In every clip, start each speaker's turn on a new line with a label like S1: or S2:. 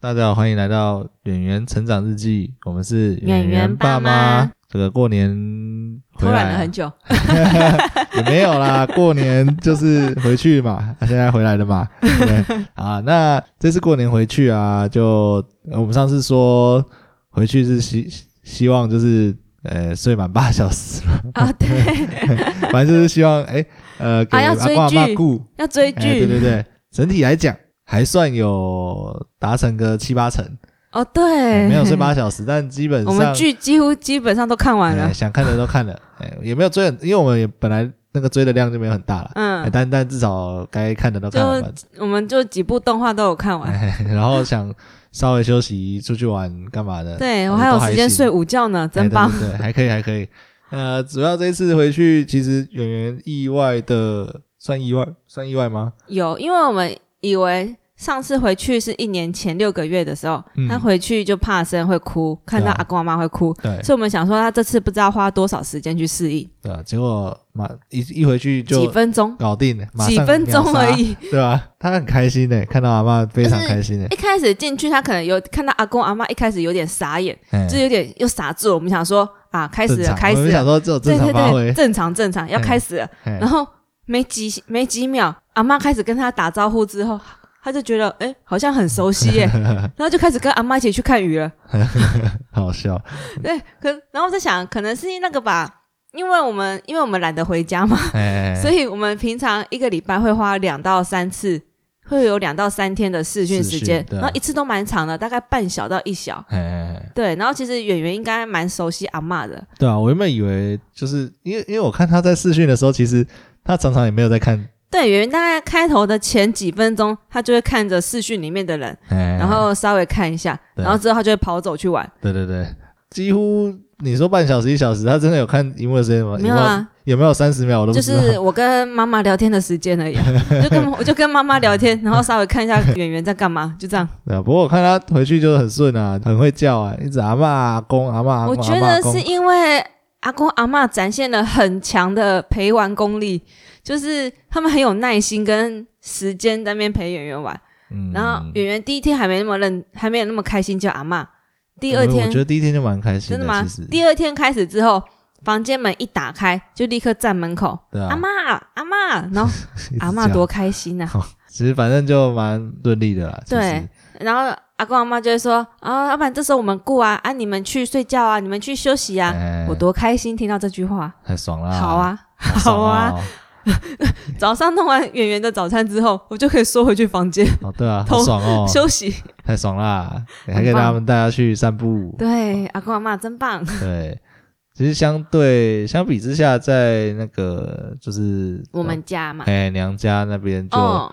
S1: 大家好，欢迎来到演员成长日记，我们是
S2: 演员爸妈。
S1: 这个过年回
S2: 偷懒
S1: 来
S2: 了
S1: 啊
S2: 很久，
S1: 也没有啦，过年就是回去嘛， 啊现在回来了嘛，对不对啊，那这次过年回去啊，就呃我们上次说回去是希希望就是呃睡满八小时嘛，
S2: 啊，对，
S1: 反正就是希望哎呃给
S2: 啊
S1: 阿
S2: 要
S1: 公阿
S2: 追
S1: 妈
S2: 剧
S1: 顾，
S2: 要追
S1: 哎对
S2: 剧
S1: 对对，整体来讲还算有达成个七八成，
S2: 哦，对，
S1: 哎没有睡八小时，但基本
S2: 我
S1: 上
S2: 们剧几乎基本上都看完了
S1: 哎，想看的都看了， 哎也没有追很，因为我们也本来那个追的量就没有很大了。哎
S2: 嗯，
S1: 但但至少该看的都看了吧，
S2: 我们就几部动画都有看完。
S1: 哎 然后想稍微休息、出去玩干嘛的，
S2: 对
S1: 嗯
S2: 我还有
S1: 都还
S2: 时间
S1: 行
S2: 睡午觉呢，
S1: 哎
S2: 真棒。
S1: 对对对，还可以，还可以。呃，主要这一次回去，其实演员意外的，算意外，算意外吗？
S2: 有，因为我们以为上次回去是一年前六个月的时候，
S1: 嗯
S2: 他回去就怕生会哭，看
S1: 对
S2: 到
S1: 啊
S2: 阿公阿妈会哭，
S1: 对
S2: 所以我们想说他这次不知道花多少时间去适应，
S1: 对啊吧？结果马一一回去
S2: 几
S1: 就
S2: 分钟，
S1: 搞定了，马
S2: 几
S1: 上
S2: 分
S1: 秒
S2: 钟
S1: 杀
S2: 而，已。
S1: 对吧？ 他很开心的，看到阿妈非常开心的，
S2: 一开始进去，他可能有看到阿公阿妈，一开始有点傻眼，
S1: 哎
S2: 就有点又傻住了。我们想说啊，开始
S1: 正
S2: 了，
S1: 常。
S2: 开
S1: 我
S2: 始
S1: 们想
S2: 了，
S1: 说只有正
S2: 对
S1: 常
S2: 对
S1: 发
S2: 对，
S1: 挥，
S2: 正常正常要
S1: 嗯
S2: 开始了。
S1: 哎
S2: 然后没几没几秒，阿妈开始跟他打招呼之后，他就觉得哎、诶好像很熟悉 耶，然后就开始跟阿妈一起去看鱼了。
S1: 好笑，
S2: 对，可然后我在想，可能是那个吧，因为我们因为我们懒得回家 嘛，
S1: 哎，
S2: 所以我们平常一个礼拜会花两到三次。会有两到三天的视讯
S1: 视
S2: 时
S1: 讯
S2: 间，
S1: 对啊
S2: 然后一次都蛮长的，大概半小到一小。
S1: 哎哎。哎
S2: 对，然后其实演员应该蛮熟悉阿嬷的，
S1: 对啊，我原本以为就是因为因为我看他在试训的时候，其实他常常也没有在看，
S2: 对，演员大概开头的前几分钟，他就会看着视讯里面的人，
S1: 哎
S2: 然后稍微看一下，
S1: 对
S2: 然后之后他就会跑走去玩。
S1: 对对对，几乎你说半小时一小时，他真的有看荧幕的时间吗？
S2: 没有啊，
S1: 有没有三十秒我都不
S2: 就
S1: 知道。
S2: 是我跟妈妈聊天的时间而已啊，就跟我就跟妈妈聊天，然后稍微看一下演员在干嘛，就这样。
S1: 对啊，不过我看他回去就很顺啊，很会叫啊，一直阿嬷阿公阿嬷阿
S2: 我
S1: 公
S2: 觉
S1: 阿嬷阿
S2: 得
S1: 公
S2: 是因为阿公阿嬷展现了很强的陪玩功力，就是他们很有耐心跟时间在那边陪演员玩。
S1: 嗯
S2: 然后演员第一天还没那么认，还没有那么开心叫阿嬷，第二
S1: 哎我
S2: 天
S1: 我觉得第一天就蛮开心
S2: 真的吗
S1: 其实？
S2: 第二天开始之后，房间门一打开，就立刻站门口，
S1: 对啊，
S2: 阿嬷阿 嬷，然后
S1: 一直
S2: 阿嬷
S1: 叫
S2: 多，开心呐、
S1: 其实反正就蛮顺利的啦。其实
S2: 对，然后阿公阿妈就会说啊，要不然这时候我们顾啊，啊你们去睡觉啊，你们去休息啊，
S1: 哎
S2: 我多开心听到这句话，
S1: 很爽啦，
S2: 好，啊。
S1: 好
S2: 好啊，早上弄完演员的早餐之后，我就可以缩回去房间、
S1: 哦对啊，好
S2: 偷
S1: 爽 哦，
S2: 休息。
S1: 太爽啦！
S2: 很
S1: 还可以让
S2: 棒
S1: 他们带他去散步。
S2: 对，阿公阿妈真棒。
S1: 对，其实相对相比之下，在那个就是
S2: 我们家嘛，
S1: 哎娘家那边就、
S2: 哦，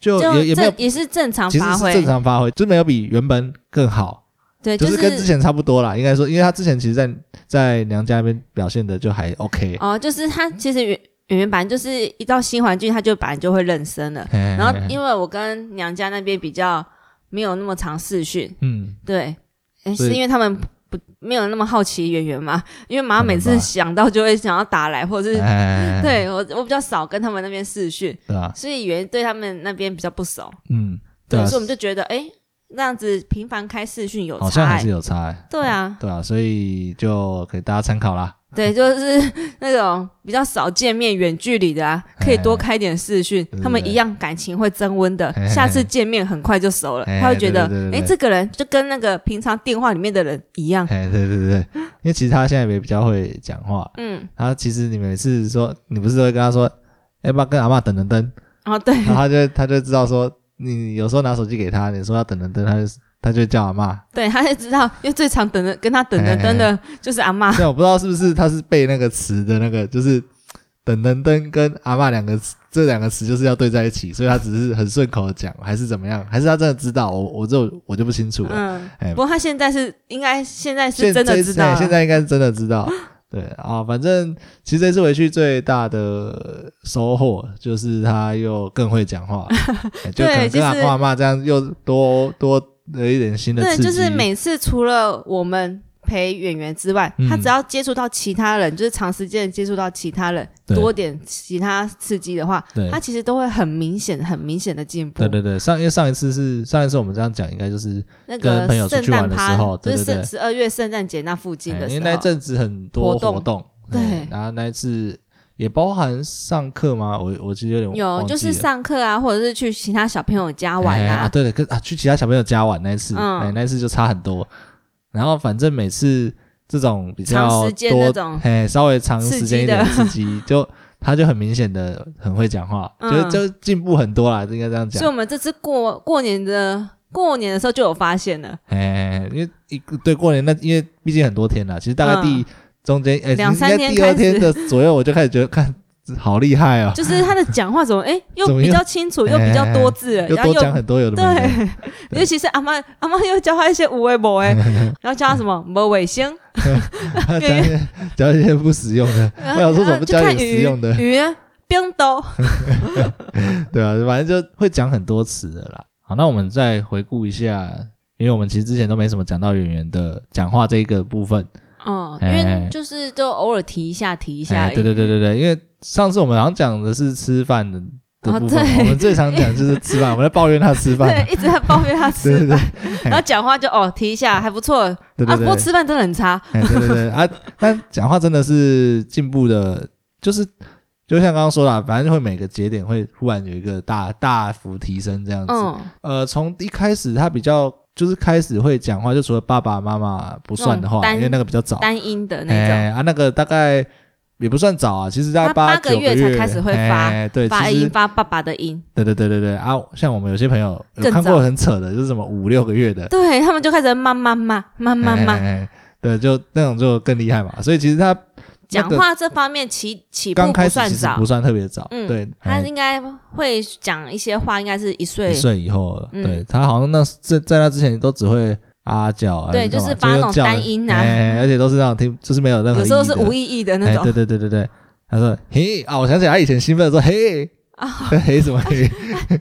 S1: 就
S2: 就
S1: 也也没
S2: 这
S1: 有，
S2: 也是正常
S1: 其实
S2: 发
S1: 是
S2: 挥，
S1: 正常发挥，就没有比原本更好，
S2: 对，
S1: 就是跟之前差不多啦。应该说，因为他之前其实在在娘家那边表现的就还 OK，、
S2: 哦，就是他其实原演员本来就是一到新环境，他就本来就会认生了。
S1: 嘿
S2: 然后
S1: 嘿嘿
S2: 因为我跟娘家那边比较没有那么常视讯，
S1: 嗯，
S2: 对，诶
S1: 所以
S2: 是因为他们不没有那么好奇演员嘛，因为妈妈每
S1: 可能吧
S2: 次想到就会想要打 来，或者是、
S1: 哎，
S2: 对我我比较少跟他们那边视讯，
S1: 对吧？
S2: 所以演员对他们那边比较不熟，
S1: 嗯，
S2: 对，
S1: 啊，
S2: 所以我们就觉得哎。诶那样子频繁开视讯有
S1: 好像
S2: 差、
S1: 还
S2: 欸
S1: 是，有差、欸，
S2: 对啊，
S1: 对啊，所以就给大家参考啦。
S2: 对，就是那种比较少见面、远距离的啊，可以多开点视讯
S1: 对，
S2: 他们一样感情会增温的
S1: 嘿嘿。
S2: 下次见面很快就熟了，
S1: 嘿
S2: 他会觉得
S1: 对对对，对
S2: 哎，这个人就跟那个平常电话里面的人一样。
S1: 哎，对对对，因为其实他现在也比较会讲话，
S2: 嗯，
S1: 然后其实你每次说，你不是都会跟他说，要、不要跟阿嬷等等等，
S2: 哦，对，
S1: 然后他就他就知道说，你有时候拿手机给他，你说要等等等，他就他就叫阿嬷。
S2: 对，他就知道，因为最常等的跟他等的等的就是阿妈。
S1: 虽然我不知道是不是他是背那个词的那个，就是等等等跟阿嬷两个词这两个词就是要对在一起，所以他只是很顺口的讲，还是怎么样？还是他真的知道？我我就我就不清楚了。
S2: 嗯，
S1: 哎
S2: 不过他现在是应该现在
S1: 现
S2: 是真的
S1: 这
S2: 知道啊
S1: 哎
S2: 了
S1: 现在应该是真的知 道。对啊，反正其实这次回去最大的收获就是他又更会讲 话，哎就可能
S2: 对
S1: 跟
S2: 就是
S1: 阿公阿妈这样又多多了一点新的
S2: 对，
S1: 刺激。
S2: 就是每次除了我们陪演员之外，
S1: 嗯
S2: 他只要接触到其他人，就是长时间地接触到其他人，
S1: 对
S2: 多点其他刺激的话，
S1: 对
S2: 他其实都会很明显、很明显的进步。
S1: 对对对，上因为上一次是上一次我们这样讲，应该就是
S2: 那
S1: 跟朋友出
S2: 个圣
S1: 去玩
S2: 诞
S1: 的时
S2: 趴
S1: 候
S2: 就
S1: 对
S2: 是
S1: 对对
S2: 圣十二月圣诞节那附近
S1: 哎
S2: 的时
S1: 因
S2: 候，
S1: 为那一阵子很多
S2: 活动
S1: 活动，
S2: 对
S1: 哎然后那一次也包含上课吗？我我其实有点
S2: 有
S1: 忘记
S2: 就是
S1: 了
S2: 上课啊，或者是去其他小朋友家玩
S1: 哎
S2: 啊，
S1: 对的，跟啊去其他小朋友家玩那一次，
S2: 嗯
S1: 哎，那一次就差很多。然后反正每次这种比较
S2: 长
S1: 多
S2: 时间那种
S1: 哎，稍微长时间一点的刺
S2: 刺
S1: 激，就他就很明显的很会讲话，
S2: 嗯
S1: 就就进步很多啦，应该这样
S2: 所以我
S1: 讲。
S2: 们这次过过年的过年的时候就有发现了，
S1: 哎，因为一个对过年那，因为毕竟很多天啦，其实大概第、
S2: 嗯
S1: 中间哎，
S2: 两
S1: 应
S2: 三
S1: 该
S2: 天
S1: 第二
S2: 开始
S1: 天的左右，我就开始觉得看好厉害哦，
S2: 就是他的讲话怎么哎、又
S1: 怎么
S2: 比
S1: 又哎
S2: 较清楚，又比较多字了，
S1: 又
S2: 然后
S1: 多
S2: 又
S1: 讲很多有的没的。
S2: 对， 尤其是阿妈，阿妈又教他一些无 为博哎，然后教他什么无卫星，
S1: 他 讲一些讲一些不实用的，我想说怎么不
S2: 呃就
S1: 教
S2: 看
S1: 点实用的？
S2: 鱼啊冰豆，
S1: 对啊，反正就会讲很多词的啦。好，那我们再回顾一下，因为我们其实之前都没什么讲到演员的讲话这一个部分。
S2: 嗯，因
S1: 哎
S2: 为就是就偶尔提一下提一下而
S1: 哎
S2: 已，
S1: 对对对对对，因为上次我们好像讲的是吃饭的的
S2: 哦
S1: 部分，
S2: 对
S1: 我们最常讲就是吃饭，我们在抱怨他吃饭。
S2: 对，一直在抱怨他
S1: 对
S2: 吃
S1: 对对
S2: 饭， 然后讲话就哦提一下还不错，啊
S1: 对对
S2: 不
S1: 对
S2: 过，吃饭真的很差，
S1: 哎对对对啊，但讲话真的是进步的，就是就像刚刚说啦，反正会每个节点会忽然有一个大大幅提升这样子。
S2: 嗯，
S1: 呃，从一开始他比较就是开始会讲话，就除了爸爸妈妈不算的
S2: 那种
S1: 话，
S2: 单
S1: 因为那个比较早，
S2: 单音的那种。
S1: 哎啊，那个大概也不算早啊，其实在
S2: 他
S1: 八
S2: 八个
S1: 九
S2: 月才开始会发
S1: 哎对，
S2: 发
S1: 其
S2: 音
S1: 实
S2: 发爸爸的音，
S1: 对对对对对啊，像我们有些朋友有
S2: 更
S1: 看
S2: 早
S1: 过很扯的，就是什么五六个月的，
S2: 对他们就开始妈妈妈妈妈
S1: 哎
S2: 妈
S1: 哎哎对，就那种就更厉害嘛，所以其实他那
S2: 讲
S1: 个
S2: 话这方面起起步
S1: 刚开
S2: 不
S1: 始
S2: 算
S1: 其实
S2: 早
S1: 不，算特别早，
S2: 嗯
S1: 对，
S2: 他
S1: 哎
S2: 应该会讲一些话，应该是一岁
S1: 一岁以后了，
S2: 嗯
S1: 对他好像那在在那之前都只会啊叫啊，
S2: 对
S1: 干嘛
S2: 就是发那种
S1: 叫
S2: 单音啊
S1: 哎而且都是那种听，就是没有任何
S2: 有时候
S1: 意义
S2: 是
S1: 的
S2: 无意义的那
S1: 哎
S2: 种
S1: 对。对对对对，他说嘿啊，我想起来他以前兴奋的时候嘿
S2: 啊，
S1: 嘿什么 嘿，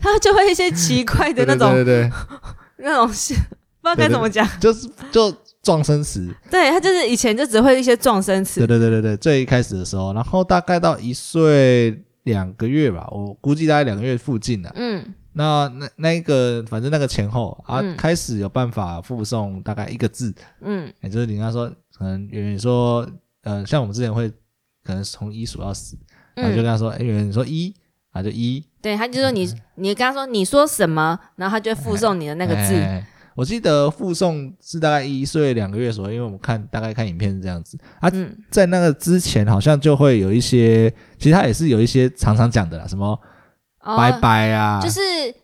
S2: 他 就会一些奇怪
S1: 对
S2: 的那
S1: 对
S2: 种
S1: 对对对，
S2: 那种是不知道该怎么讲。
S1: 就是就撞声词，
S2: 对他就是以前就只会一些撞声
S1: 对
S2: 词，
S1: 对对对对，最一开始的时候，然后大概到一岁两个月吧，我估计大概两个月附近啊，
S2: 嗯，
S1: 那那那一个反正那个前后啊，
S2: 嗯
S1: 开始有办法附送大概一个字。
S2: 嗯
S1: 也、哎就是你跟他说，可能圆圆说，呃，像我们之前会可能从一数到十、然后就跟
S2: 嗯，
S1: 他说，哎、圆圆你说一，啊就一
S2: 对，他就说你你跟他说你说什么，然后他就会附送你的那个字，
S1: 哎我记得附送是大概一岁两个月左右，因为我们看大概看影片是这样子，啊
S2: 嗯，
S1: 在那个之前好像就会有一些，其实他也是有一些常常讲的啦，什么拜
S2: 哦，
S1: 拜啊，
S2: 就是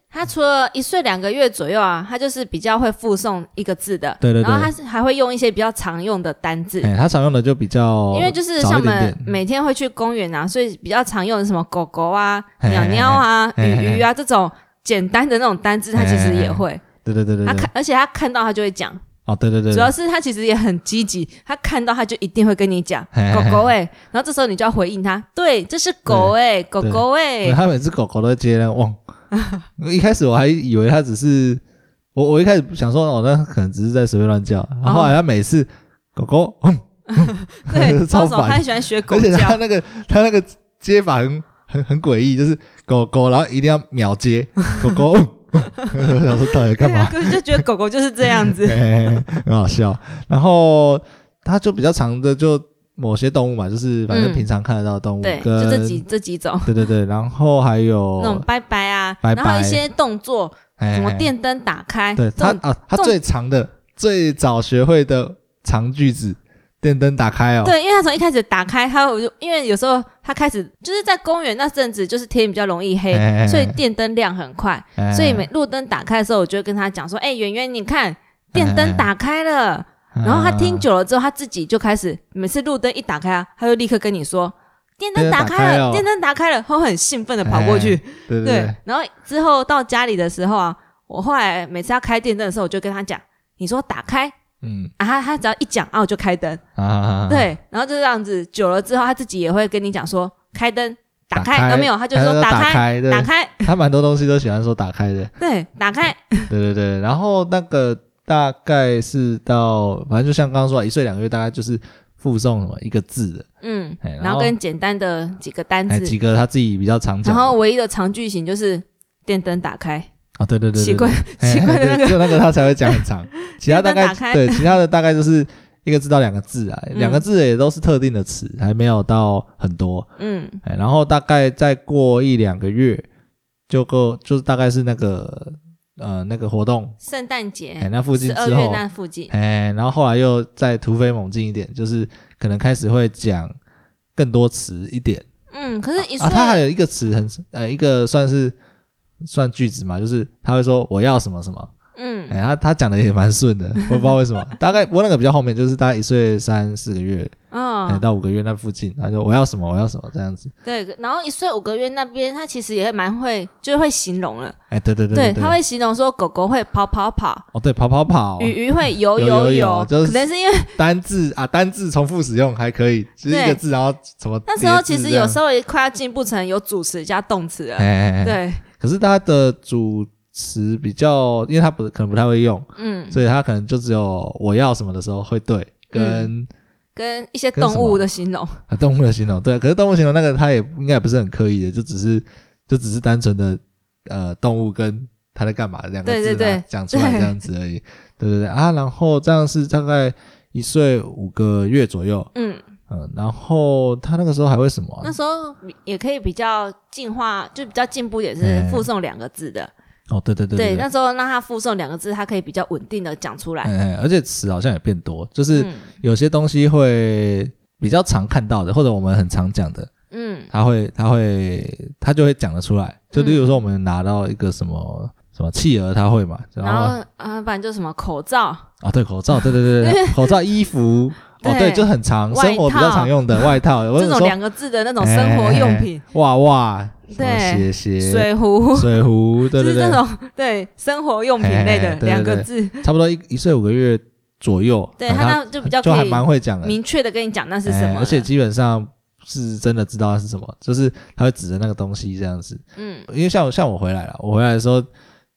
S2: 他除了一岁两个月左右啊，他就是比较会附送一个字的，
S1: 对对对
S2: 然后他是还会用一些比较常用的单字。
S1: 哎、他常用的就比较，
S2: 因为就是
S1: 哦早
S2: 像
S1: 一
S2: 我
S1: 点
S2: 们
S1: 点
S2: 每天会去公园啊，所以比较常用的什么狗狗啊、
S1: 嘿
S2: 鸟鸟啊、
S1: 嘿嘿嘿
S2: 鱼鱼啊这种简单的那种单字，他其实也会。
S1: 对对对对
S2: 他
S1: 对
S2: 看，，而且他看到他就会讲，
S1: 哦对对对，
S2: 主要是他其实也很积极，他看到他就一定会跟你讲
S1: 嘿嘿
S2: 狗
S1: 嘿
S2: 狗哎、然后这时候你就要回应他，对，这是狗哎、狗狗哎、
S1: 对他每次狗狗都会接那个 汪。一开始我还以为他只是我，我一开始想说哦，那可能只是在随便乱叫。然后后来他每次狗狗，嗯
S2: 对，
S1: 超
S2: 高手
S1: 烦
S2: 他喜欢学哦 狗
S1: 而且他
S2: 叫，
S1: 那个他那个接法很很很诡异，就是狗狗，然后一定要秒 接狗狗。嗯嗯我想说到底
S2: 对
S1: 干
S2: 啊，
S1: 嘛？
S2: 可 是就觉得狗狗就是这样 子，
S1: 哎很好笑。然后他就比较长的，就某些动物嘛，就是反正
S2: 嗯
S1: 平常看得到的动物，
S2: 对，
S1: 跟
S2: 就这几这几种。
S1: 对对对，然后还有
S2: 那种拜拜啊，
S1: 拜
S2: 然后一
S1: 拜
S2: 些动作，
S1: 哎
S2: 什么电灯打开，
S1: 对
S2: 这
S1: 他
S2: 种
S1: 啊，他
S2: 这种
S1: 最长的、最早学会的长句子，电灯打开哦。
S2: 对，因为他从一开始打开，他我就因为有时候他开始就是在公园那阵子，就是天比较容易黑，
S1: 哎
S2: 所以电灯亮很快，
S1: 哎，
S2: 所以每路灯打开的时候，我就会跟他讲说：“哎、圆圆，你看电
S1: 哎
S2: 灯打开了。
S1: 嗯
S2: 然后他听久了之后，他自己就开始每次路灯一打开啊，他就立刻跟你说。电灯打开了，
S1: 电
S2: 电灯打开了，他会很兴奋的跑过去。
S1: 对对
S2: 对
S1: 对，，
S2: 然后之后到家里的时候啊，我后来每次要开电灯的时候，我就跟他讲，你说打开
S1: 嗯
S2: 啊，他他只要一讲啊，我就开灯。
S1: 啊，
S2: 对，然后就这样子，久了之后他自己也会跟你讲说开灯，打
S1: 打
S2: 开，
S1: 开
S2: 啊没有，他就
S1: 他
S2: 说打
S1: 打
S2: 开，
S1: 开，
S2: 打
S1: 对，
S2: 开，
S1: 他蛮多东西都喜欢说打开的，
S2: 对，打开，
S1: 对对对。然后那个大概是到，反正就像刚刚说的，一岁两个月大概就是附送什么一个字的，
S2: 嗯，
S1: 哎然
S2: 然
S1: 后
S2: 后跟简单的几个单
S1: 哎，
S2: 字
S1: 几，个他自己比较常讲
S2: 然
S1: 的。
S2: 后唯一的长句型就是电灯打开，
S1: 啊，对对对，对
S2: 奇怪
S1: 对
S2: 奇怪的
S1: 哎对
S2: 那个
S1: 只有那个他才会讲很 长，其他大
S2: 简单
S1: 概
S2: 打开
S1: 对其他的大概就是一个字到两个字啊，
S2: 嗯
S1: 两个字也都是特定的词，还没有到很多。
S2: 嗯，
S1: 哎，然后大概再过一两个月就够，就是大概是那个呃那个活动，
S2: 圣诞
S1: 哎，
S2: 节
S1: 那附近
S2: 十二
S1: 之
S2: 月
S1: 后，
S2: 那附近，
S1: 哎，然后后来又再突飞猛进一点，就是可能开始会讲更多词一点
S2: 嗯，可是一岁
S1: 啊。他还有一个词很呃一个算是算句子嘛，就是他会说我要什么什么。
S2: 嗯
S1: 哎、他他讲的也蛮顺 的，我不知道为什么。大概不过那个比较后面，就是大概一岁三四个月，哎、
S2: 嗯，
S1: 到五个月那附近，他就我要什么我要什么这样子。
S2: 对，然后一岁五个月那边，他其实也蛮会，就是会形容了。
S1: 哎、对对对对，
S2: 他会形容说狗狗会跑跑跑，
S1: 哦对跑跑跑，
S2: 鱼鱼会游
S1: 游游
S2: 游
S1: 游就是
S2: 可能是因为
S1: 单字啊单字重复使用还可以，就是一个
S2: 对
S1: 字然后什么
S2: 那时候其实有
S1: 候
S2: 稍微快要进步成有主词加动词了。
S1: 哎哎哎，
S2: 对，
S1: 可是他的主词比较，因为他不可能不太会用，
S2: 嗯，
S1: 所以他可能就只有我要什么的时候会对跟、
S2: 嗯跟一些
S1: 跟
S2: 动
S1: 什
S2: 物
S1: 么
S2: 的形容，
S1: 啊，动物的形容，对，可是动物形容那个他也应该也不是很刻意的，就只是就只是单纯的呃动物跟它在干嘛两个
S2: 对
S1: 字
S2: 对
S1: 拿
S2: 对
S1: 讲出来
S2: 对
S1: 这样子而已， 对对对啊，然后这样是大概一岁五个月左右，
S2: 嗯，
S1: 嗯、然后他那个时候还会什么啊、
S2: 那时候也可以比较进化，就比较进步，也是
S1: 哎
S2: 附送两个字的。
S1: 哦，对对对对
S2: 对，那时候让他附送两个字，他可以比较稳定的讲出来。
S1: 哎哎，而且词好像也变多，就是
S2: 嗯
S1: 有些东西会比较常看到的，或者我们很常讲的，
S2: 嗯
S1: 他会他会他就会讲得出来，就例如说我们拿到一个什么。什么企鹅他会嘛，然
S2: 然
S1: 后
S2: 后啊，不然就什么口罩，
S1: 啊，对，口罩，对对对对 对，口罩、衣服，哦，对，
S2: 对
S1: 就很常
S2: 外
S1: 生活比较
S2: 套
S1: 常用的外套，我
S2: 这
S1: 有
S2: 种
S1: 时候
S2: 两个字的那种生活用品，
S1: 哎袜袜，什么鞋
S2: 对
S1: 鞋、
S2: 水壶，
S1: 水壶，对对
S2: 就是这
S1: 对，
S2: 种对生活用品类
S1: 哎哎
S2: 的
S1: 哎对
S2: 两个字，
S1: 差不多一一岁五个月左右，
S2: 对
S1: 哎
S2: 他那就比较
S1: 就
S2: 可
S1: 还
S2: 以
S1: 蛮会讲的，
S2: 明确的跟你讲那是什
S1: 哎
S2: 么了，
S1: 而且基本上是真的知道它是什么，就是他会指着那个东西这样子。
S2: 嗯
S1: 因为像我像我回来了，我回来的时候，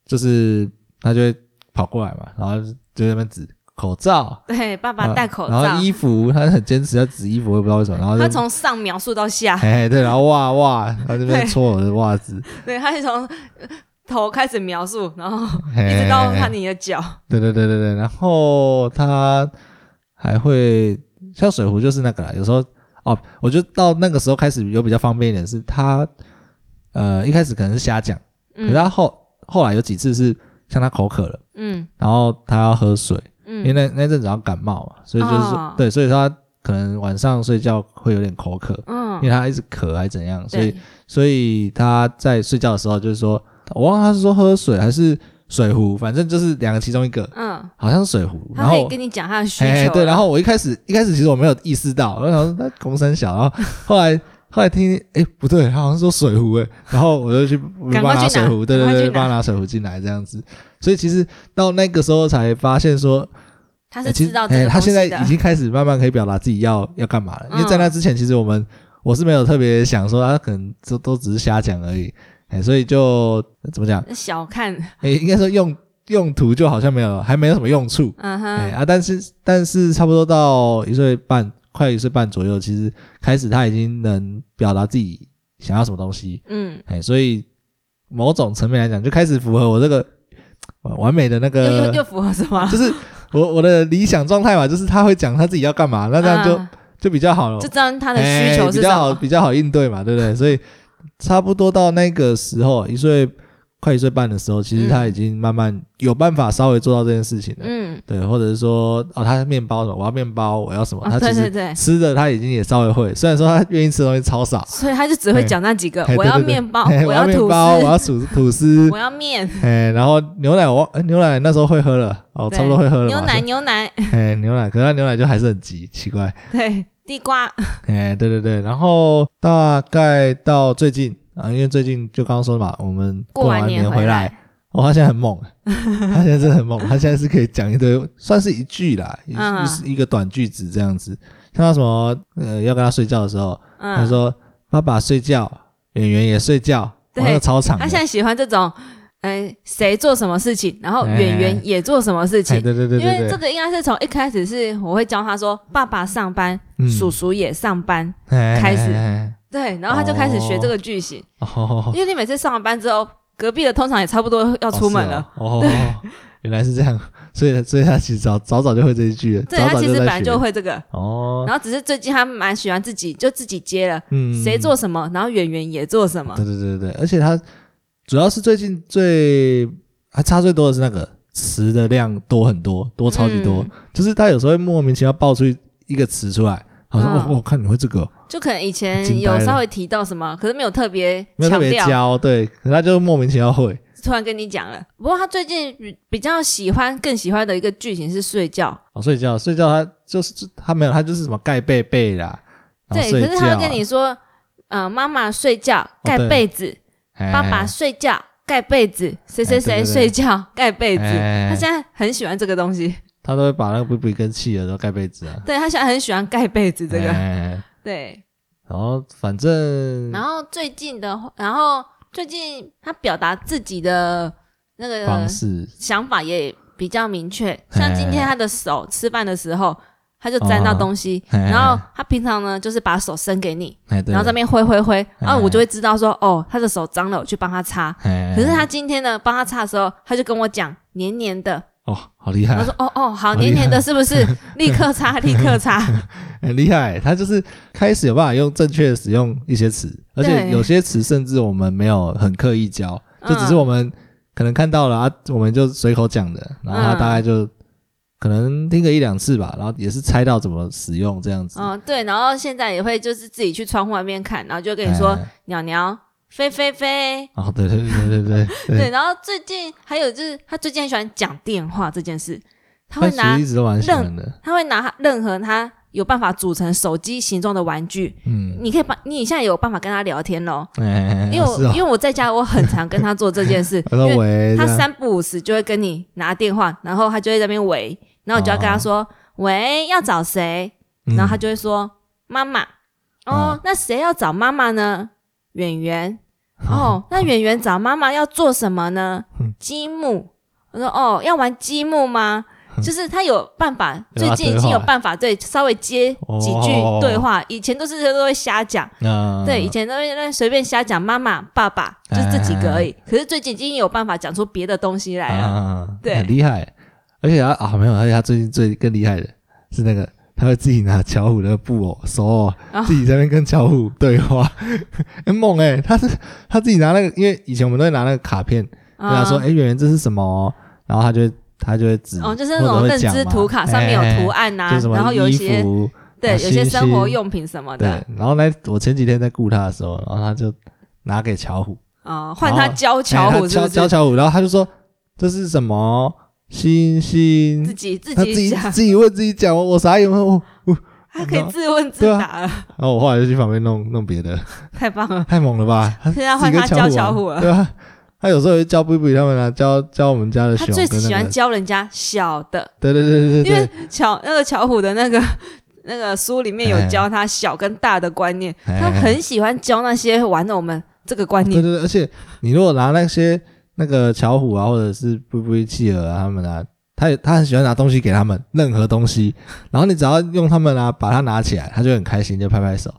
S1: 就是他就会跑过来嘛，然后就在那边指口罩。
S2: 对，爸爸戴口
S1: 嗯然后
S2: 罩
S1: 然后，衣服，他很坚持要指衣服，我也不知道为什么。然后就
S2: 他从上描述到下，
S1: 哎， 对，然后袜袜，他这边
S2: 对
S1: 搓我的袜子，
S2: 对，他是从呃头开始描述，然后一
S1: 嘿
S2: 直到他你的脚，
S1: 对对对对对，然后他还会像水壶，就是那个啦，有时候哦，我觉得到那个时候开始有比较方便一点，是他呃一开始可能是瞎讲，可是
S2: 嗯
S1: 他后后来有几次是像他口渴了，
S2: 嗯
S1: 然后他要喝水，因为
S2: 嗯，
S1: 那那阵子要感冒嘛，所以就是说、
S2: 哦
S1: 对，所以他可能晚上睡觉会有点口渴，因为
S2: 嗯，
S1: 他一直渴还怎样，所以
S2: 对，
S1: 所以他在睡觉的时候就是说，我忘了他是说喝水还是水壶，反正就是两个其中一个，
S2: 嗯，
S1: 好像是水壶。然
S2: 他可以
S1: 后，
S2: 跟你讲他的需
S1: 哎，
S2: 求，
S1: 对，然后我一开始一开始其实我没有意识到，我想说他公三小，然后后来后来听，哎，不对，他好像说水壶，哎，然后我就去
S2: 赶
S1: 帮
S2: 快去拿
S1: 他拿水壶，对对
S2: 赶快去
S1: 对，
S2: 拿
S1: 帮他拿水壶进来这样子。所以其实到那个时候才发现说，
S2: 他
S1: 哎
S2: 是
S1: 其
S2: 知
S1: 实
S2: 道这
S1: 哎，
S2: 个
S1: 他
S2: 东
S1: 现在
S2: 西的
S1: 已，经开始慢慢可以表达自己要要干嘛了，因为
S2: 嗯
S1: 在那之前，其实我们我是没有特别想说啊他可能都都只是瞎讲而已，哎，所以就怎么讲，
S2: 小看，
S1: 哎，应该说用用途就好像没有还没有什么用处，
S2: 嗯
S1: 哎、
S2: 哼，
S1: 啊，但是但是差不多到一岁半，快一岁半左右，其实开始他已经能表达自己想要什么东西，
S2: 嗯，
S1: 哎、所以某种层面来讲，就开始符合我这个呃完美的那
S2: 又又
S1: 个，
S2: 又符合什么？
S1: 就是我我的理想状态嘛，就是他会讲他自己要干嘛，那这样就、
S2: 嗯
S1: 就比较好了，
S2: 就知道他的需求
S1: 哎比
S2: 是什
S1: 较好，
S2: 么。
S1: 比较好应对嘛，对不对？所以差不多到那个时候，一岁快一岁半的时候，其实他已经慢慢有办法稍微做到这件事情了。
S2: 嗯，
S1: 对，或者是说哦，他面包什么，我要面包，我要什么，
S2: 啊
S1: 他其
S2: 对对
S1: 实
S2: 对，
S1: 吃的他已经也稍微会，虽然说他愿意吃的东西超少，
S2: 所以他就只会讲那几个
S1: 嘿，
S2: 我
S1: 哎对
S2: 要
S1: 对对
S2: 面包，
S1: 嘿
S2: 我
S1: 我
S2: 要
S1: 面
S2: 吐
S1: 包，我
S2: 司，
S1: 要吐 吐司
S2: 我，要 面，
S1: 哎，然后牛奶我忘哎牛奶那时候会喝了，哦，
S2: 对
S1: 差不多会喝了嘛，
S2: 牛奶
S1: 所
S2: 牛奶，
S1: 以，哎牛奶，可是他牛奶就还是很急，奇怪，
S2: 对，地瓜，
S1: 哎对对对，然后大概到最近啊，因为最近就刚刚说的嘛，我们
S2: 过
S1: 完
S2: 完
S1: 年
S2: 回
S1: 回来，，哦，他现在很猛， 他现在真的很猛，他现在是可以讲一堆，算是一句啦，一、
S2: 嗯
S1: 一一个短句子这样子。像他什么呃，要跟他睡觉的时候，他
S2: 嗯，
S1: 说：“爸爸睡觉，圆圆也睡觉。”哦
S2: 对
S1: 那个超长的，
S2: 他现在喜欢这种，哎，谁做什么事情，然后演
S1: 哎
S2: 员也做什么事情
S1: 哎，。对对对
S2: 因为
S1: 对
S2: 这
S1: 对，
S2: 个应该是从一开始是我会教他说，爸爸上班，
S1: 嗯哎
S2: 叔叔也上班，
S1: 开
S2: 开始对，然后他就开始学这个句型。
S1: 哦，
S2: 因为你每次上完班之后，隔壁的通常也差不多要
S1: 要
S2: 出门了。
S1: 哦，哦原来是这样，所以所以他其实早早早就会这一句了，
S2: 对，
S1: 哦早
S2: 他
S1: 早
S2: 其
S1: 就
S2: 实
S1: 在
S2: 本来就
S1: 学
S2: 会这个，
S1: 哦，
S2: 然后只是最近他蛮喜欢自己，就自己接了，
S1: 嗯，
S2: 谁做什么，然后演员也做什么
S1: 对。对对对，对而且它主要是最近最还差最多的是那个词的量多很多，多超级多，
S2: 嗯
S1: 就是它有时候会莫名其妙爆出一个词出来，好像、
S2: 嗯
S1: 哦，我看你会这个哦，
S2: 就可能以前
S1: 惊呆
S2: 有
S1: 了
S2: 稍微提到什么，可是没有特别
S1: 没有特
S2: 强
S1: 别
S2: 调，
S1: 教，对，可是它就莫名其妙会
S2: 突然跟你讲了。不过他最近比比较喜欢、更喜欢的一个剧情是睡觉，
S1: 哦，睡觉睡觉它就是它没有它就是什么盖被被啦，然后
S2: 对。
S1: 睡
S2: 可
S1: 觉啊、哦
S2: 是他会跟你说，呃，妈妈睡觉盖
S1: 对
S2: 被子，
S1: 哎
S2: 爸爸睡觉盖被子，谁谁
S1: 哎对
S2: 谁
S1: 对对
S2: 睡觉盖被子。
S1: 哎
S2: 他现在很喜欢这个东西。
S1: 他都会把那个布布跟企鹅都盖被子啊，
S2: 对他现在很喜欢盖被子这个，
S1: 哎
S2: 对。
S1: 然后反正
S2: 然后最近的话，然后最近他表达自己的那个
S1: 方式哎
S2: 想法也比较明确，像今天他的手吃饭的时候，他就沾到东西，
S1: 哦哎
S2: 然后他平常呢就是把手伸给你，
S1: 哎对，
S2: 然后在那边挥挥挥，
S1: 哎
S2: 然后我就会知道说哦他的手脏了，我去帮他擦。
S1: 哎
S2: 可是他今天呢帮他擦的时候，他就跟我讲黏黏 的，
S1: 哦好厉害
S2: 我，说哦哦好
S1: 厉害
S2: 黏黏的是不是？立 刻擦立刻擦，
S1: 很哎厉害，他就是开始有办法用正确的使用一些词，而且
S2: 对
S1: 有些词甚至我们没有很刻意教，就只是
S2: 嗯
S1: 我们可能看到了啊，我们就随口讲的，然后他
S2: 嗯
S1: 大概就可能听个一两次吧，然后也是猜到怎么使用这样子。
S2: 嗯对，然后现在也会就是自己去窗户外面看，然后就跟你说。
S1: 哎
S2: 鸟鸟飞飞飞。
S1: 哦，对对对对对对
S2: 对，然后最近还有就是，他最近很喜欢讲电话这件事，他
S1: 他
S2: 会
S1: 其
S2: 拿
S1: 实一直都蛮喜欢的，
S2: 他会拿他任何他有办法组成手机形状的玩具，
S1: 嗯，
S2: 你可以把你现在有办法跟他聊天咯。
S1: 哎，
S2: 因为我、
S1: 是哦，
S2: 因为我在家我很常跟他做这件事
S1: 他说
S2: 因为
S1: 喂，
S2: 他
S1: 这样
S2: 三不五时就会跟你拿电话，然后他就会在那边喂，然后我就要跟他说、喂要找
S1: 哦
S2: 谁，
S1: 嗯
S2: 然后他就会说妈妈。哦，
S1: 啊
S2: 那谁要找妈妈呢？圆圆。哦，那圆圆找妈妈要做什么呢
S1: 嗯？
S2: 积木。我说哦，要玩积木吗？就是他有办法，
S1: 有
S2: 最
S1: 办法
S2: 近已
S1: 对话
S2: 经有办法对稍微接几句
S1: 哦
S2: 对话，以前都是都会瞎讲，
S1: 嗯哎
S2: 对，以前都会那随便瞎讲妈妈、爸爸，就是这几个而已。可是最近已经有办法讲出别的东西来了，
S1: 啊，
S2: 对
S1: 很厉害。而且他啊，没有，而且他最近最更厉害的是那个，他会自己拿巧虎的布偶手偶，
S2: 啊
S1: 自己在那边跟巧虎对话， 很猛哎、他是他自己拿那个，因为以前我们都会拿那个卡片跟他说，哎、
S2: 嗯
S1: 圆圆这是什么？哦然后他就会他就会指，
S2: 哦，就是那
S1: 或者
S2: 种
S1: 会
S2: 认
S1: 讲
S2: 知
S1: 嘛
S2: 图卡上面有图、案
S1: 哎
S2: 呐
S1: 哎就什，么
S2: 然后有一
S1: 衣
S2: 些
S1: 服
S2: 对，
S1: 啊
S2: 有些
S1: 星
S2: 生活
S1: 星
S2: 用品什么
S1: 对
S2: 的，。
S1: 然后呢，我前几天在雇他的时候，然后他就拿给巧虎，
S2: 啊，换他教
S1: 哎
S2: 巧
S1: 他
S2: 虎是
S1: 教
S2: 不
S1: 教
S2: 是？
S1: 巧虎，然后他就说这是什么星星？
S2: 自己自
S1: 他自
S2: 己
S1: 己
S2: 讲，
S1: 自己问自己讲，我我傻眼，我我，
S2: 他可以自问自答了，
S1: 然后我后来就去旁边弄弄别 的，
S2: 太棒了！
S1: 太猛了 吧？他
S2: 现在
S1: 自己
S2: 换
S1: 跟
S2: 他教
S1: 巧
S2: 巧
S1: 虎
S2: 虎
S1: 玩
S2: 了，
S1: 对啊，他有时候会教布布他们啊，教教我们家的
S2: 他
S1: 熊
S2: 最
S1: 跟
S2: 喜
S1: 那个
S2: 欢，教人家小的，
S1: 对对对对
S2: 因为
S1: 对
S2: 巧那个巧虎的那个。那个书里面有教他小跟大的观念，
S1: 哎
S2: 他很喜欢教那些玩偶们这个观
S1: 对对
S2: 念。
S1: 对，而且你如果拿那些那个巧虎啊，或者是布布企鹅啊，他们啊。他也他很喜欢拿东西给他们，任何东西，然后你只要用他们啊，把它拿起来，他就很开心，就拍拍手，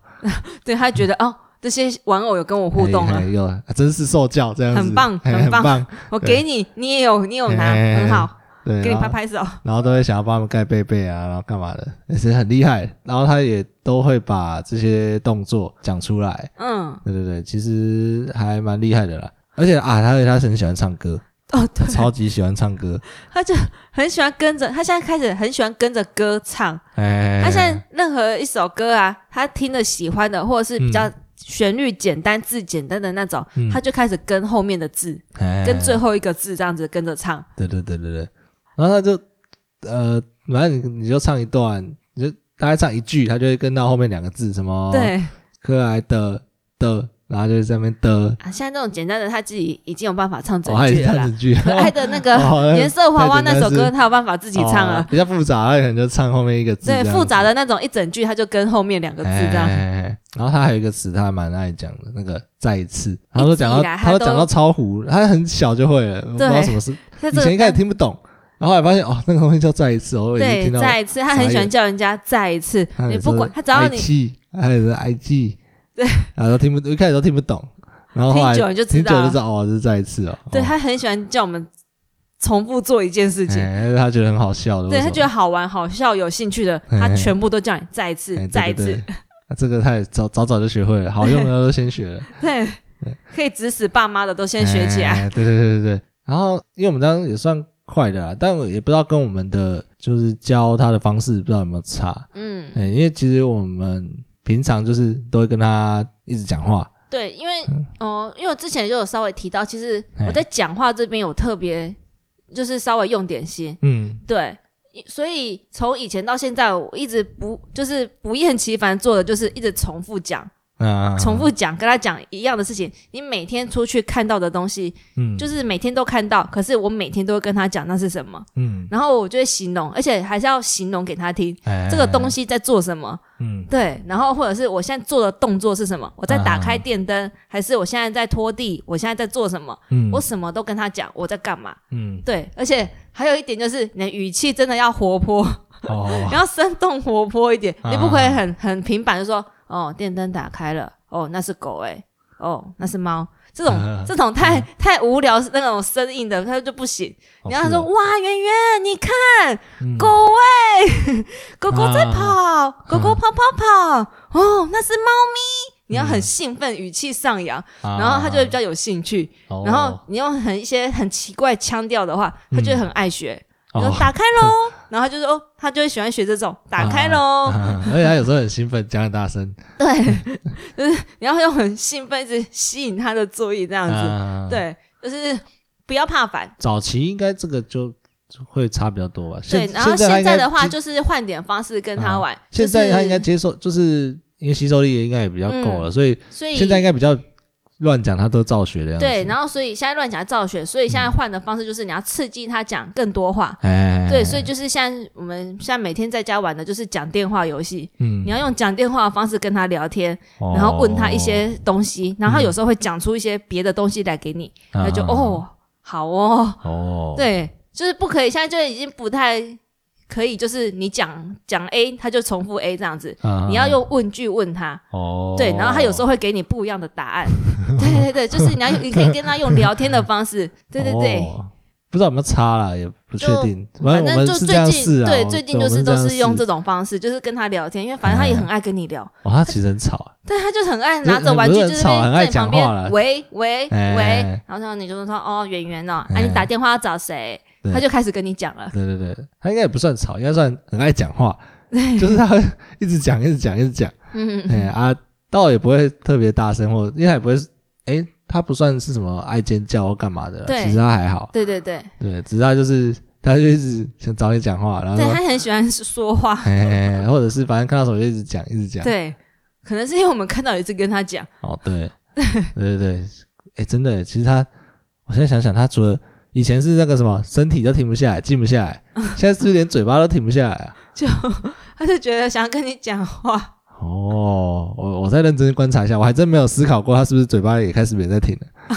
S2: 对他觉得哦，这些玩偶有跟我互动
S1: 哎
S2: 了，
S1: 哎哟，真是受教这样子，
S2: 很棒
S1: 哎
S2: 很
S1: 很
S2: 棒
S1: 棒，
S2: 我给你，你也有，你有拿，
S1: 哎
S2: 很好，
S1: 对，
S2: 给你
S1: 然后
S2: 拍拍手。
S1: 然后都会想要帮他们盖被被啊，然后干嘛的， 也是很厉害。然后他也都会把这些动作讲出来，
S2: 嗯，
S1: 对对对，其实还蛮厉害的啦。而且啊，他他很喜欢唱 歌，
S2: 哦，对，
S1: 超级喜欢唱歌。
S2: 他就很喜欢跟着，他现在开始很喜欢跟着歌唱。
S1: 哎，
S2: 他现在任何一首歌啊，他听了喜欢的，或者是比较旋律简单、字简单的那种，
S1: 嗯
S2: 他就开始跟后面的字，
S1: 哎
S2: 跟最后一个字这样子跟着唱。
S1: 对对对对对，然后他就呃，反正你你就唱一段，哦你就大概唱一句，他就会跟到后面两个字，什么
S2: 对，
S1: 可爱的的然后就在那边的，
S2: 啊，现在这种简单的他自己已经有办法唱
S1: 我
S2: 整
S1: 还
S2: 句
S1: 是
S2: 了
S1: 看
S2: 啦。
S1: 整 句，
S2: 可爱的那个
S1: 哦
S2: 颜色花花那首
S1: 太简单
S2: 歌，
S1: 是
S2: 他有办法自己唱
S1: 哦
S2: 啊。
S1: 比较复杂，他可能就唱后面一个字这
S2: 对
S1: 样，子，
S2: 复杂的那种一整句，他就跟后面两个字这样
S1: 哎。哎哎然后他还有一个词，他还蛮爱讲的，那个再一次，他说讲
S2: 一
S1: 到，
S2: 直以来
S1: 他
S2: 他
S1: 说
S2: 都
S1: 讲到超糊，他很小就会了，我不知道
S2: 对
S1: 什么事，
S2: 他
S1: 以
S2: 这
S1: 前一开始
S2: 个
S1: 听不懂，然后后来发现哦，那个东西叫再一次，我已经
S2: 对
S1: 听到，
S2: 再一次，他很喜欢叫人家再一次
S1: 他，有
S2: 你
S1: 时候
S2: 不管他只要
S1: I
S2: 你
S1: G，还有是 I G，
S2: 对，
S1: 然后都听不，一开始都听不懂，然后后来
S2: 听久了就知
S1: 听久
S2: 道
S1: 了就
S2: 了
S1: 知。道哦，这是再一次哦，
S2: 对
S1: 哦
S2: 他很喜欢叫我们重复做一件事情，
S1: 哎他觉得很好笑的，
S2: 对他觉
S1: 得
S2: 得好玩、好笑、有兴趣的，
S1: 哎
S2: 他全部都叫你再一次、再一。
S1: 对
S2: 次
S1: 对，对啊这个他也早早早就学会了，好用的都先学了。
S2: 对，可以指使爸妈的都先学起来。
S1: 哎对对对对对。然后，因为我们当时也算快的啦，啊但我也不知道跟我们的就是教他的方式不知道有没有差。
S2: 嗯，
S1: 哎，因为其实我们平常就是都会跟他一直讲话。
S2: 对，因为哦、因为我之前就有稍微提到，其实
S1: 嗯哎
S2: 我在讲话这边有特别，就是稍微用点心，
S1: 嗯，
S2: 对。所以从以前到现在，我一直不就是不厌其烦做的，就是一直重复讲、
S1: 啊，
S2: 重复讲，跟他讲一样的事情。你每天出去看到的东西，
S1: 嗯，
S2: 就是是每天都看到，可是我每天都会跟他讲那是什么，
S1: 嗯，
S2: 然后我就会形容，而且还是要形容给他听
S1: 哎
S2: 这个东，西在做什么，
S1: 嗯
S2: 对，然后或者是我现在做的动作是什么，我在打开
S1: 啊
S2: 电灯，还是我现在在拖地，我现在在做什么，
S1: 嗯，
S2: 我什么都跟他讲我在干嘛，
S1: 嗯
S2: 对，而且还有一点就是你的语气真的要活泼，
S1: 哦
S2: 你，要生动活泼一点，
S1: 啊
S2: 你不可以很很平板就说哦电灯打开了，哦那是狗哎、哦那是猫。这种
S1: 啊
S2: 这种太太无聊，那种生硬的，他就不行。你要说
S1: 哦
S2: 哇，圆圆，你看
S1: 是哦嗯
S2: 狗哎、狗
S1: 啊
S2: 狗在跑，狗狗跑跑 跑，哦，那是猫咪。你要很兴奋，语气上扬，
S1: 啊
S2: 然后他就会比较有兴趣。
S1: 哦
S2: 然后你用很一些很奇怪腔调的话，他就会
S1: 嗯
S2: 很爱学。你说
S1: 哦
S2: 打开喽，然后他就说哦，他就会喜欢学这种打开喽。
S1: 啊 而且他有时候很兴奋，讲很大声，
S2: 对，就是你要用很兴奋，一直吸引他的注 意，这
S1: 这
S2: 样子。
S1: 子。
S2: 对，就是不要怕烦。
S1: 嗯早期应该这个就会差比较多吧。
S2: 对
S1: 现，
S2: 然后
S1: 现他
S2: 现
S1: 应
S2: 在
S1: 该
S2: 的话
S1: 接
S2: 就是换点方式跟他
S1: 啊
S2: 玩。
S1: 现在他应该
S2: 就是
S1: 接受，就是因为吸收力也应该也比较够
S2: 嗯
S1: 了，所以
S2: 所以
S1: 现在应该比较乱讲，他都照学的样子。
S2: 对，然后所以现在乱讲造血，所以现在换的方式就是你要刺激他讲更多话。
S1: 嗯哎，
S2: 对，所以就是像我们现在每天在家玩的就是讲电话游戏，
S1: 嗯
S2: 你要用讲电话的方式跟他聊天，
S1: 哦
S2: 然后问他一，些东西，然
S1: 嗯
S2: 后他有时候会讲出一些别的东西来给你，
S1: 啊
S2: 他就哦，好哦，
S1: 哦，，
S2: 对，就是不可以，现在就已经不太可以，就是你讲讲 A，他就重复 A 这样子，
S1: 啊
S2: 你要用问句问他，
S1: 哦，
S2: 对，然后他有时候会给你不一样的答案。对对对，就是你要你可以跟他用聊天的方式。对对对，
S1: 哦不知道有没有差啦，也不确定。
S2: 反
S1: 正我
S2: 正
S1: 们
S2: 就是最
S1: 这样试
S2: 近
S1: 啊，
S2: 对
S1: 我
S2: 最近就
S1: 我们
S2: 是都
S1: 样
S2: 是用
S1: 试哎
S2: 这。种方式，就是跟他聊天，因为反正他也很爱跟你聊，
S1: 哇，他其实很吵啊，
S2: 对，他就很爱拿着玩具
S1: 不是
S2: 就
S1: 很
S2: 是
S1: 吵很爱
S2: 在你
S1: 讲
S2: 旁
S1: 话啦
S2: 边喂喂
S1: 哎
S2: 喂，然后然后你就说哦圆圆哦，啊
S1: 哎
S2: 你打电话要找谁
S1: 对？
S2: 他就开始跟你讲了。
S1: 对对对，他应该也不算吵，应该算很爱讲 话，就是他会一直讲，一直讲，一直讲。
S2: 嗯，
S1: 哎、啊，倒也不会特别大声，或因为他也不会，哎、他不算是什么爱尖叫或干嘛的啦，
S2: 对
S1: 其实他还好，
S2: 对对对，
S1: 对，只是他就是他就一直想找你讲话，然后
S2: 对
S1: 说，
S2: 他很喜欢说 话，
S1: 哎、嘿嘿或者是反正看到什么就一直讲，一直讲，，
S2: 对，可能是因为我们看到有一次跟他讲，
S1: 哦，对，对对对，哎、真的耶，其实他，我现在想想，他除了以前是那个什么，身体都停不下来，静不下 来，现在是不是连嘴巴都停不下来啊？
S2: 就他就觉得想要跟你讲话。
S1: 哦，我我再认真观察一下，我还真没有思考过他是不是嘴巴也开始没在停了，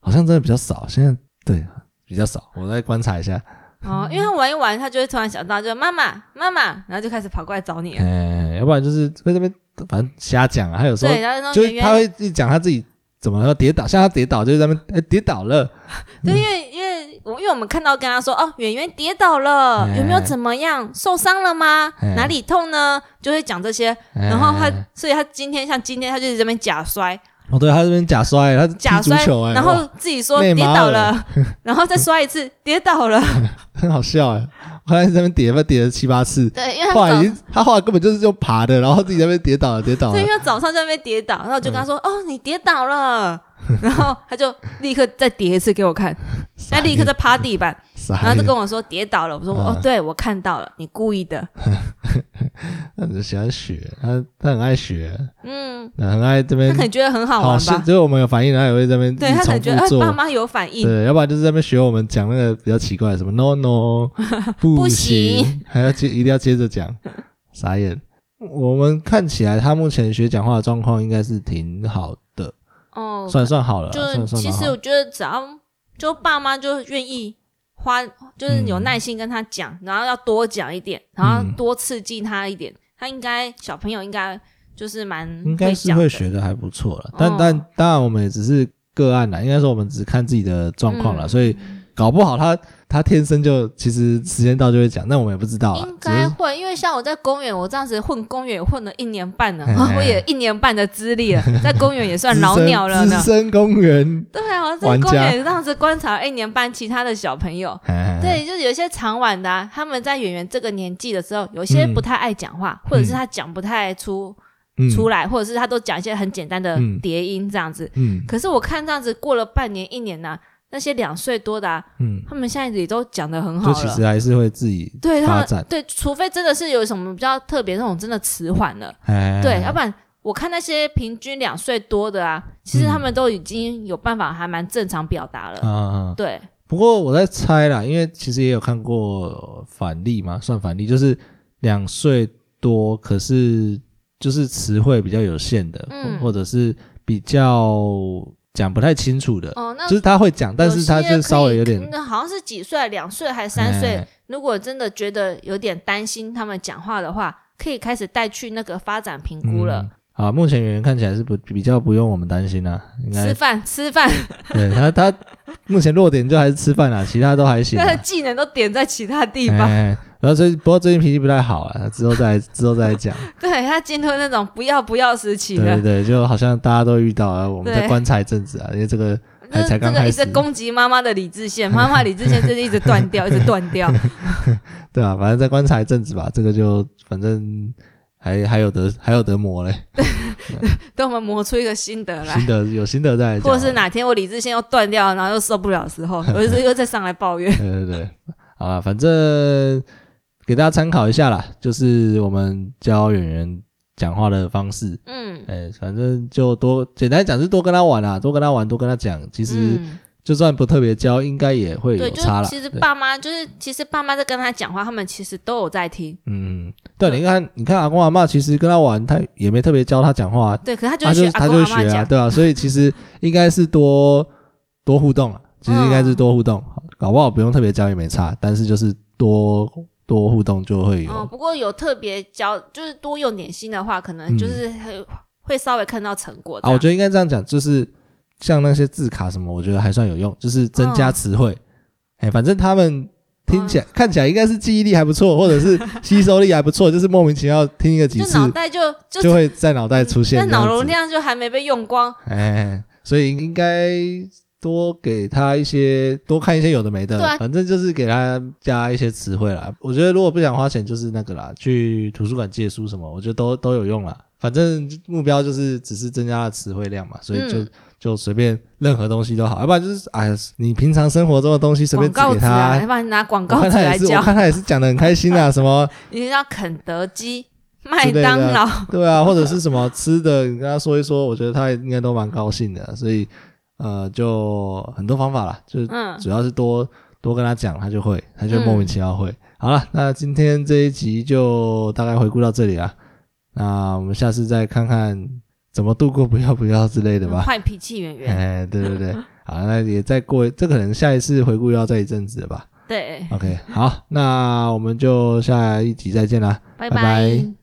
S1: 好像真的比较少，现在对比较少，我再观察一下。
S2: 哦，因为他玩一玩，他就会突然想到，就妈妈妈妈，然后就开始跑过来找你了。
S1: 哎、要不然就是会这边反正瞎讲啊，他有时候
S2: 对，然后
S1: 就
S2: 就说
S1: 是
S2: 圆
S1: 他
S2: 圆，
S1: 会自己讲他自己怎么说跌倒，像他跌倒就是在那边、哎跌倒了，嗯
S2: 对，因为因为我因为我们看到跟他说，哦，圆圆跌倒了，
S1: 哎
S2: 有没有怎么样？受伤了吗？
S1: 哎
S2: 哪里痛呢？就会讲这些。
S1: 哎
S2: 然后他，所以他今天像今天，他就在这边假摔，
S1: 哦对，他这边假摔，他
S2: 假
S1: 踢足
S2: 摔
S1: 球哎、，
S2: 然
S1: 哇
S2: 后自己说
S1: 内
S2: 跌
S1: 麻
S2: 倒
S1: 了
S2: 了， 然后再摔一次，跌倒了。
S1: 很好笑哎、我看他在那边跌吧跌了七八次，
S2: 对，因为他
S1: 后来
S2: 早
S1: 已。经他后来根本就是用爬的，然后自己在那边跌倒了跌倒了
S2: 对，因，为早上在那边跌倒，然后我就跟他说：“
S1: 嗯
S2: 哦，你跌倒了。” 然后他就立刻再跌一次给我看，他立刻再 趴地板，
S1: 傻眼，
S2: 然后就跟我说跌倒了，我说
S1: 哎嗯
S2: 哦，对我看到了，你故意的。
S1: 他只喜欢学，他他很爱学，
S2: 嗯，
S1: 很爱这
S2: 他
S1: 边
S2: 可能觉得很好
S1: 好
S2: 玩
S1: 是
S2: 吧，
S1: 就是我们有反应，然后也会这边
S2: 对
S1: 一
S2: 他
S1: 直
S2: 可能
S1: 重
S2: 觉得
S1: 复
S2: 哎，
S1: 做，
S2: 爸妈有反应，
S1: 对，要不然就是在那边学我们讲那个比较奇怪的什么 no no
S2: 不
S1: 行，
S2: 行
S1: 还要接一定要接着讲，傻眼。我们看起来他目前学讲话的状况应该是挺好的，
S2: 哦，
S1: 算算好了啦，
S2: 就
S1: 算
S2: 是
S1: 算
S2: 其
S1: 蛮好
S2: 实我觉得只要就爸妈就愿意花，就是有耐心跟他讲，然后要多讲一点，然后
S1: 嗯
S2: 多刺激他一点，他应该小朋友应该就是蛮
S1: 应该是
S2: 嗯讲
S1: 会
S2: 的
S1: 学的还不错了。但
S2: 哦
S1: 但当然我们也只是个案啦，应该说我们只看自己的状况了，
S2: 嗯
S1: 所以搞不好他他天生就其实时间到就会讲，那我们也不知道啦，
S2: 应
S1: 啊只是
S2: 该会，因为像我在公园，我这样子混公园也混了一年半了，
S1: 哎哎哎
S2: 我也一年半的资历了，在公园也算老
S1: 资深
S2: 鸟了呢
S1: 资。深公园，
S2: 对啊，我在
S1: 玩家
S2: 公园这样子观察了一年半其他的小朋友，
S1: 哎，
S2: 对，就是有一些长晚的、啊，他们在演员这个年纪的时候，有些
S1: 嗯
S2: 不太爱讲话，或者是
S1: 嗯
S2: 他讲不太出、
S1: 嗯
S2: 出来，或者是他都讲一些很简单的
S1: 嗯
S2: 叠音这样子。
S1: 嗯
S2: 可是我看这样子过了半年一年呢、那些两岁多的、啊，
S1: 嗯，
S2: 他们现在也都讲得很好
S1: 就其
S2: 了。
S1: 实还是会自己
S2: 对他
S1: 发
S2: 们
S1: 展，
S2: 对，除非真的是有什么比较特别那种真的迟缓了，
S1: 哎，
S2: 对，要不然我看那些平均两岁多的啊，其实他们都已经有办法还蛮正常表达了。
S1: 啊啊，啊
S2: 对，
S1: 不过我在猜啦，因为其实也有看过反例嘛，算反例，就是两岁多，可是就是词汇比较有限的，
S2: 嗯
S1: 或者是比较讲不太清楚的，
S2: 哦，那
S1: 就是他会讲，但是他就稍微有点
S2: 那好像是几岁啊，两岁还是三岁
S1: 哎？
S2: 如果真的觉得有点担心他们讲话的话，可以开始带去那个发展评估了
S1: 嗯。啊，目前演员看起来是不比较不用我们担心啦、应
S2: 吃
S1: 该
S2: 饭，吃饭，
S1: 对他他目前落点就还是吃饭啦，其他都还行
S2: 那
S1: 啦、
S2: 个技能都点在其他地方。
S1: 啊哎然后最不过最近脾气不太好啊，之后再之后再讲。
S2: 对他进入那种不要不要时期了
S1: 对 对，对，就好像大家都遇到了，啊我们
S2: 对
S1: 再观察一阵子啊，因为这个
S2: 就是
S1: 才
S2: 这
S1: 刚
S2: 个
S1: 开
S2: 一
S1: 始
S2: 直攻击妈妈的理智线，妈妈理智线就是一直断 掉，一直断掉。
S1: 对啊，反正再观察一阵子吧，这个就反正还还有得还有得磨嘞，
S2: 等我们磨出一个心得来
S1: 新，的有新的再来讲
S2: 或
S1: 啊，
S2: 者是哪天我理智线又断掉，然后又受不了的 时候，我就是又再上来抱怨。
S1: 对对对，好啊，反正给大家参考一下啦，就是我们教演员讲话的方式，
S2: 嗯，
S1: 哎，反正就多简单讲是多跟他玩啦，多跟他玩，多跟他讲，其实
S2: 嗯
S1: 就算不特别教，应该也会有
S2: 对，就
S1: 差啦。
S2: 是其实
S1: 对
S2: 爸妈就是，其实爸妈在跟他讲话，他们其实都有在听，
S1: 嗯，对，你看，你看阿公阿嬷其实跟他玩，他也没特别教他讲话啊，
S2: 对，可是他就
S1: 他
S2: 会
S1: 就
S2: 学
S1: 是
S2: 阿
S1: 他
S2: 公
S1: 就
S2: 阿
S1: 是学
S2: 妈
S1: 啊，
S2: 讲，
S1: 对啊，所以其实应该是多多互动了，啊其实应该是多互动，
S2: 嗯
S1: 搞不好不用特别教也没差，但是就是多多互动就会有，
S2: 嗯，不过有特别教，就是多用点心的话，可能就是会会稍微看到成果
S1: 嗯
S2: 这
S1: 啊，
S2: 样。
S1: 我觉得应该这样讲，就是像那些字卡什么，我觉得还算有用，就是增加词汇。
S2: 嗯
S1: 哎、反正他们听起来、看起来应该是记忆力还不错，或者是吸收力还不错，就是莫名其妙听个几
S2: 就脑
S1: 次，
S2: 袋就就
S1: 就会在脑袋出现
S2: 那
S1: 这样
S2: 脑
S1: 子。
S2: 容量就还没被用光，
S1: 哎，所以应该多给他一些，多看一些有的没的，
S2: 对啊
S1: 反正就是给他加一些词汇啦。我觉得如果不想花钱，就是那个啦，去图书馆借书什么，我觉得都都有用啦。反正目标就是只是增加了词汇量嘛，所以就、
S2: 嗯
S1: 就随便任何东西都好，要不然就是哎呀，你平常生活中的东西随
S2: 广
S1: 便指
S2: 告
S1: 给
S2: 纸
S1: 他。
S2: 啊，要不然你拿广
S1: 我
S2: 告
S1: 看
S2: 纸
S1: 他也
S2: 来
S1: 是，我
S2: 教，
S1: 看他也是讲的很开心啊，什么
S2: 你像肯德基、麦
S1: 类的
S2: 当劳，
S1: 对啊，或者是什么吃的，你跟他说一说，我觉得他应该都蛮高兴的，所以呃，就很多方法啦，就是
S2: 嗯，
S1: 主要是多多跟他讲，他就会，他就
S2: 嗯
S1: 莫名其妙会。好了，那今天这一集就大概回顾到这里啦，那我们下次再看看怎么度过不要不要之类的吧。
S2: 坏脾气圆圆，
S1: 哎，对对对，好，那也再过，这可能下一次回顾要再一阵子了吧。
S2: 对，
S1: OK，好，那我们就下一集再见啦。拜
S2: 拜
S1: 拜